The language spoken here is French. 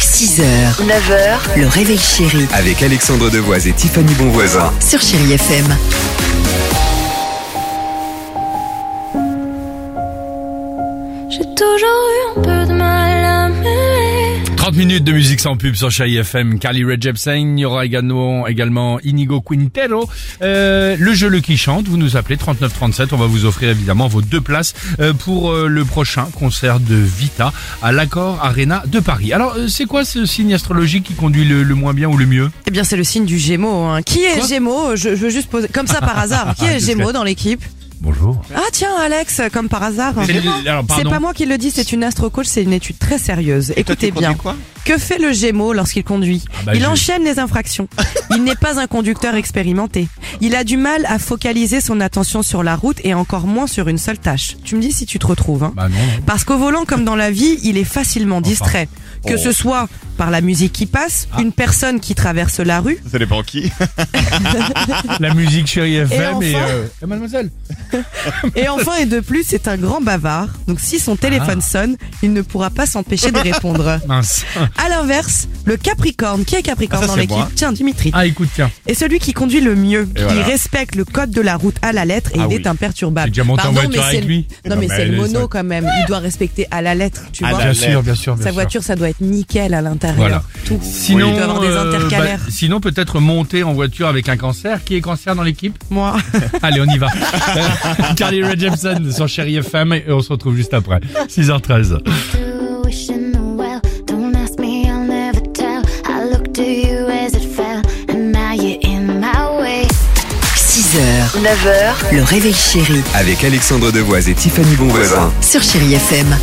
6h, 9h, le réveil chéri Avec Alexandre Devoise et Tiffany Bonvoisin. sur Chéri FM. J'ai toujours eu un peu de mal à m'aimer. 30 minutes de musique sans pub sur Chai FM. Carly Rae Jepsen, il y aura également, également Inigo Quintero. Euh, le jeu Le Qui Chante, vous nous appelez 3937. On va vous offrir évidemment vos deux places euh, pour euh, le prochain concert de Vita à l'Accord Arena de Paris. Alors, euh, c'est quoi ce signe astrologique qui conduit le, le moins bien ou le mieux Eh bien, c'est le signe du Gémeaux. hein. Qui est Quoi Ah, Gémeaux je, je veux juste poser comme ça par hasard. Qui est Qu'est-ce Gémeaux dans l'équipe Bonjour. Ah tiens, Alex, comme par hasard. C'est- alors, C'est pardon. pas moi qui le dis, c'est une astrocoach, c'est une étude très sérieuse. Écoutez bien. Que fait le Gémeaux lorsqu'il conduit bah, Il je- enchaîne les infractions. Il n'est pas un conducteur expérimenté. Il a du mal à focaliser son attention sur la route et encore moins sur une seule tâche. Tu me dis si tu te retrouves. Hein. Bah non, non. Parce qu'au volant, comme dans la vie, il est facilement distrait. Que Oh. ce soit par la musique qui passe, Ah. une personne qui traverse la rue, Ça dépend qui. La musique Chéri FM et, enfin euh, eh, mademoiselle. Et enfin et de plus, c'est un grand bavard. Donc si son téléphone Ah. sonne, il ne pourra pas s'empêcher de répondre. Mince. À l'inverse, le Capricorne, qui est Capricorne Ah, ça, dans c'est l'équipe moi. Tiens, Dimitri. Ah, écoute, tiens. Est celui qui conduit le mieux, qui voilà. respecte le code de la route à la lettre et Ah oui. il est imperturbable. J'ai déjà monté en Pardon, voiture mais avec c'est- lui. Non, mais c'est elle le est- mono quand même. Il doit respecter à la lettre, tu À vois. la- Ah, Bien sûr, bien sûr, bien Sa sûr. voiture, ça doit être nickel à l'intérieur. Voilà. Tout. Sinon, Il doit avoir des euh, intercalaires. bah, sinon peut-être monter en voiture avec un cancer. Qui est cancer dans l'équipe Moi. Allez, on y va. Carly Rae Jepsen sur Chéri FM et on se retrouve juste après. 6h13. Do wishing well. Don't ask me, I'll never tell. I looked to you as it fell, and now you're in my way. 6h, 9h, le réveil chéri Avec Alexandre Devoise et Tiffany Bonvoisin. sur Chéri FM.